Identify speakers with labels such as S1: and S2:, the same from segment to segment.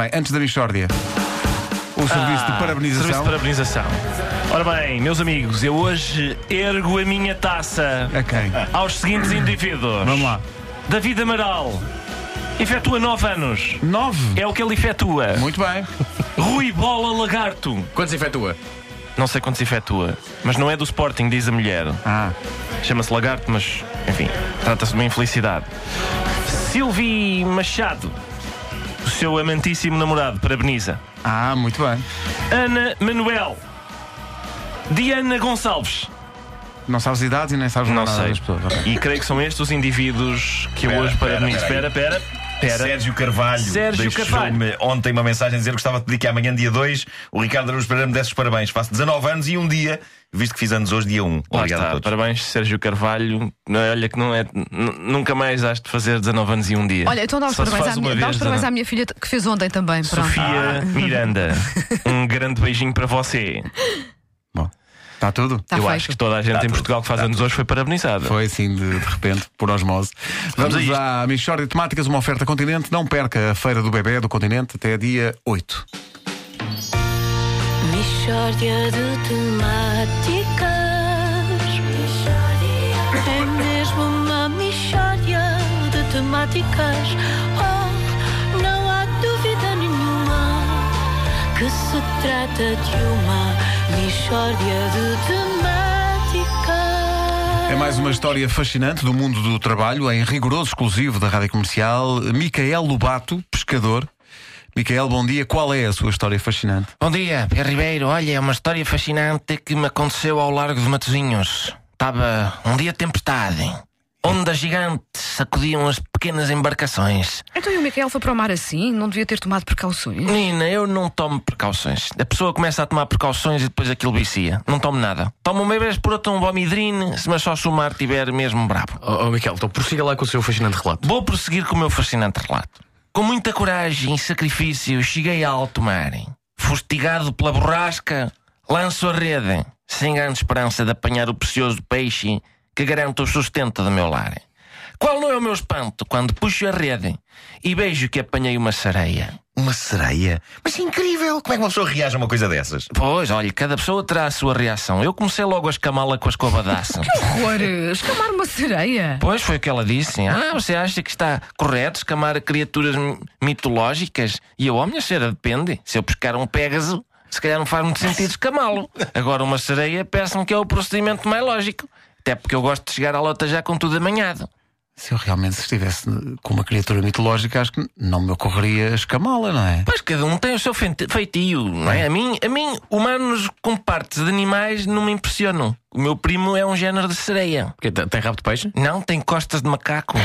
S1: bem, antes da Michórdia, o serviço de
S2: Serviço
S1: parabenização.
S2: de parabenização. Ora bem, meus amigos, eu hoje ergo a minha taça
S1: A quem?
S2: aos seguintes indivíduos.
S1: Vamos lá.
S2: David Amaral, efetua 9 anos.
S1: Nove.
S2: É o que ele efetua.
S1: Muito bem.
S2: Rui Bola Lagarto.
S3: Quantos efetua?
S2: Não sei quantos efetua, mas não é do Sporting, diz a mulher.
S1: Ah,
S2: Chama-se Lagarto, mas enfim, trata-se de uma infelicidade. Silvi Machado, o seu amantíssimo namorado, parabeniza.
S1: ah muito bem.
S2: Ana Manuel. Diana Gonçalves.
S1: Não sabes idades e nem sabes
S2: Não
S1: nada
S2: sei.
S1: das pessoas. ok.
S2: E creio que são estes os indivíduos que eu
S4: Pera,
S2: hoje
S4: pera,
S2: parabenizo. Espera,
S4: pera.
S2: espera, espera.
S4: Sérgio Carvalho
S2: Sérgio
S4: deixou-me ontem uma mensagem a dizer que gostava de pedir que amanhã, dia 2, o Ricardo Araújo Pereira me desse os parabéns. Faço 19 anos e um dia, visto que fiz anos hoje, dia 1.
S2: Lá
S4: Obrigado a
S2: está.
S4: todos.
S2: Parabéns, Sérgio Carvalho. Não, Olha que não é. n- Nunca mais has de fazer 19 anos e um dia.
S5: Olha, então dá os
S2: Só se
S5: parabéns,
S2: faz
S5: à
S2: uma
S5: minha, dá
S2: vez,
S5: os parabéns
S2: Ana.
S5: à minha filha que fez ontem também. Pronto. Ah.
S2: Sofia Miranda, um grande beijinho para você.
S1: Bom, está tudo?
S5: Está
S6: Tá.
S2: eu
S5: feito.
S2: acho que toda a
S4: Tá
S2: gente em Portugal que faz anos hoje foi parabenizada.
S1: Foi assim de, de repente, por osmose. Vamos,
S4: a isto.
S1: à Michórdia de Temáticas, uma oferta continente. Não perca a Feira do Bebé do Continente até dia 8.
S7: Mishória de temáticas É mesmo uma mishória de temáticas Oh, não há dúvida nenhuma Que se trata de uma mishória de temáticas
S1: É mais uma história fascinante do mundo do trabalho, em rigoroso exclusivo da rádio comercial. Micael Lobato, pescador. Micael, bom dia. Qual é a sua história fascinante?
S6: Bom dia, Pedro Ribeiro. Olha, é uma história fascinante que me aconteceu ao largo de Matosinhos. Estava um dia de tempestade. Ondas gigantes sacudiam as pequenas embarcações.
S5: Então e o Micael foi para o mar assim? Não devia ter tomado precauções?
S6: Nina, eu não tomo precauções. A pessoa começa a tomar precauções e depois aquilo vicia. Não tomo nada. Tomo uma vez por outra um bomidrine, mas só se o mar estiver mesmo brabo.
S3: Oh, oh Miquel, então prossiga lá com o seu fascinante relato.
S6: Vou prosseguir com o meu fascinante relato. Com muita coragem e sacrifício, cheguei a alto mar. Fustigado pela borrasca, lanço a rede, sem grande esperança de apanhar o precioso peixe que garante o sustento do meu lar. Qual não é o meu espanto quando puxo a rede e vejo que apanhei uma sereia?
S4: Uma sereia? Mas é incrível! Como é que uma pessoa reage a uma coisa dessas?
S6: Pois, olha, cada pessoa terá a sua reação. Eu comecei logo a escamá-la com a escovadaça.
S5: Horror! Escamar uma sereia!
S6: Pois foi o que ela disse. Ah, você acha que está correto escamar criaturas mi- mitológicas? E eu, ó, minha senhora, depende. Se eu pescar um Pégaso, se calhar não faz muito sentido escamá-lo. Agora, uma sereia, parece-me que é o procedimento mais lógico. Até porque eu gosto de chegar à lota já com tudo amanhado.
S1: Se eu realmente estivesse com uma criatura mitológica, acho que não me ocorreria escamá-la, não é?
S6: Pois cada um tem o seu fente- feitio, não é? A mim, a mim, humanos com partes de animais não me impressionam. O meu primo é um género de sereia.
S3: Porque te- Tem rabo de peixe?
S6: Não, tem costas de macaco.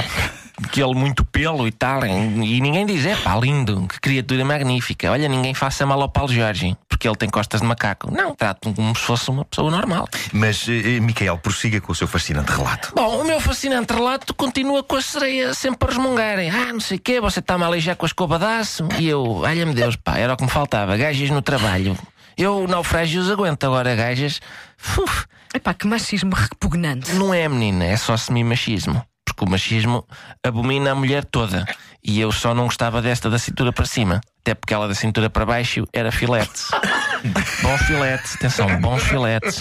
S6: Aquele muito pelo e tal. E ninguém diz, é pá, lindo, que criatura magnífica. Olha, ninguém faça mal ao Paulo Jorge, porque ele tem costas de macaco. Não, tratam como se fosse uma pessoa normal.
S4: Mas, eh, eh, Micael, prossiga com o seu fascinante relato.
S6: Bom, o meu fascinante relato continua com a sereia sempre a resmungarem. Ah, não sei o quê, você está-me a aleijar com a escova de aço. E eu, olha-me Deus, pá, era o que me faltava. Gajas no trabalho. Eu, naufrágios, aguento agora, gajas. Uf,
S5: Epá, que machismo repugnante!
S6: Não é, menina, é só semi-machismo. Porque o machismo abomina a mulher toda. E eu só não gostava desta da cintura para cima. Até porque ela da cintura para baixo era filete. bom filete, atenção, bons filetes.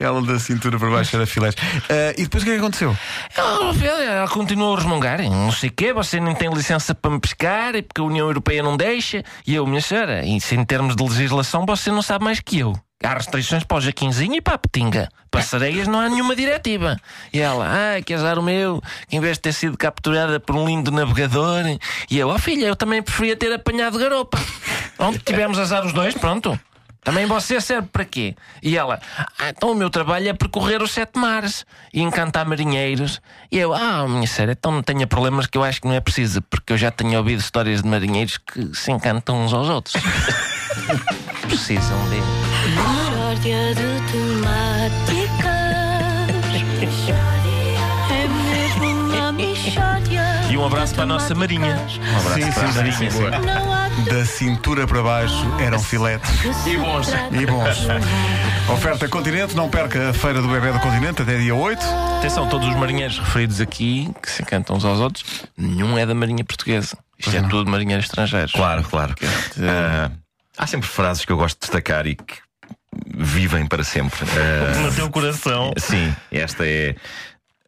S1: Ela da cintura para baixo era filés. Ah, e depois o que é que aconteceu?
S6: Ela, ela ela continuou a resmungar. Não sei o quê, você não tem licença para me pescar, e porque a União Europeia não deixa. E eu, minha senhora, e se em termos de legislação você não sabe mais que eu. Há restrições para o Jaquinzinho e para a Petinga. Para sereias não há nenhuma diretiva. E ela, ai, que azar o meu, que em vez de ter sido capturada por um lindo navegador. E eu, ó filha, eu também preferia ter apanhado garopa. Onde tivemos azar os dois, pronto. Também você serve para quê? E ela, ah, então o meu trabalho é percorrer os sete mares e encantar marinheiros. E eu, ah, minha senhora, então não tenha problemas que eu acho que não é preciso, porque eu já tenho ouvido histórias de marinheiros que se encantam uns aos outros. Precisam de.
S7: Mishória de temáticas É mesmo uma mishória
S2: E um abraço
S7: de
S2: para a nossa Marinha.
S7: temáticas.
S1: sim, sim, sim, sim.
S7: Não há
S1: Ah, Da cintura para baixo eram filetes.
S7: E bons.
S1: E bons. Oferta Continente, não perca a Feira do Bebé do Continente até dia 8.
S6: Atenção, todos os marinheiros referidos aqui, que se encantam uns aos outros, nenhum é da Marinha Portuguesa. Isto é tudo marinheiros estrangeiros.
S4: Claro, claro. Ah, há sempre frases que eu gosto de destacar e que vivem para sempre. Ah,
S2: No teu coração.
S4: Sim, esta é.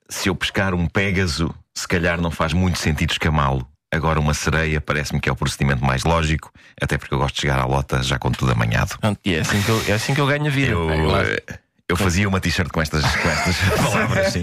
S4: Se eu pescar um Pégaso, se calhar não faz muito sentido escamá-lo. Agora, uma sereia parece-me que é o procedimento mais lógico, até porque eu gosto de chegar à lota já com tudo amanhado.
S6: Pronto, e é assim que eu, é assim que eu ganho a vida.
S4: Eu, eh, eu fazia uma t-shirt com estas, com estas palavras, sim.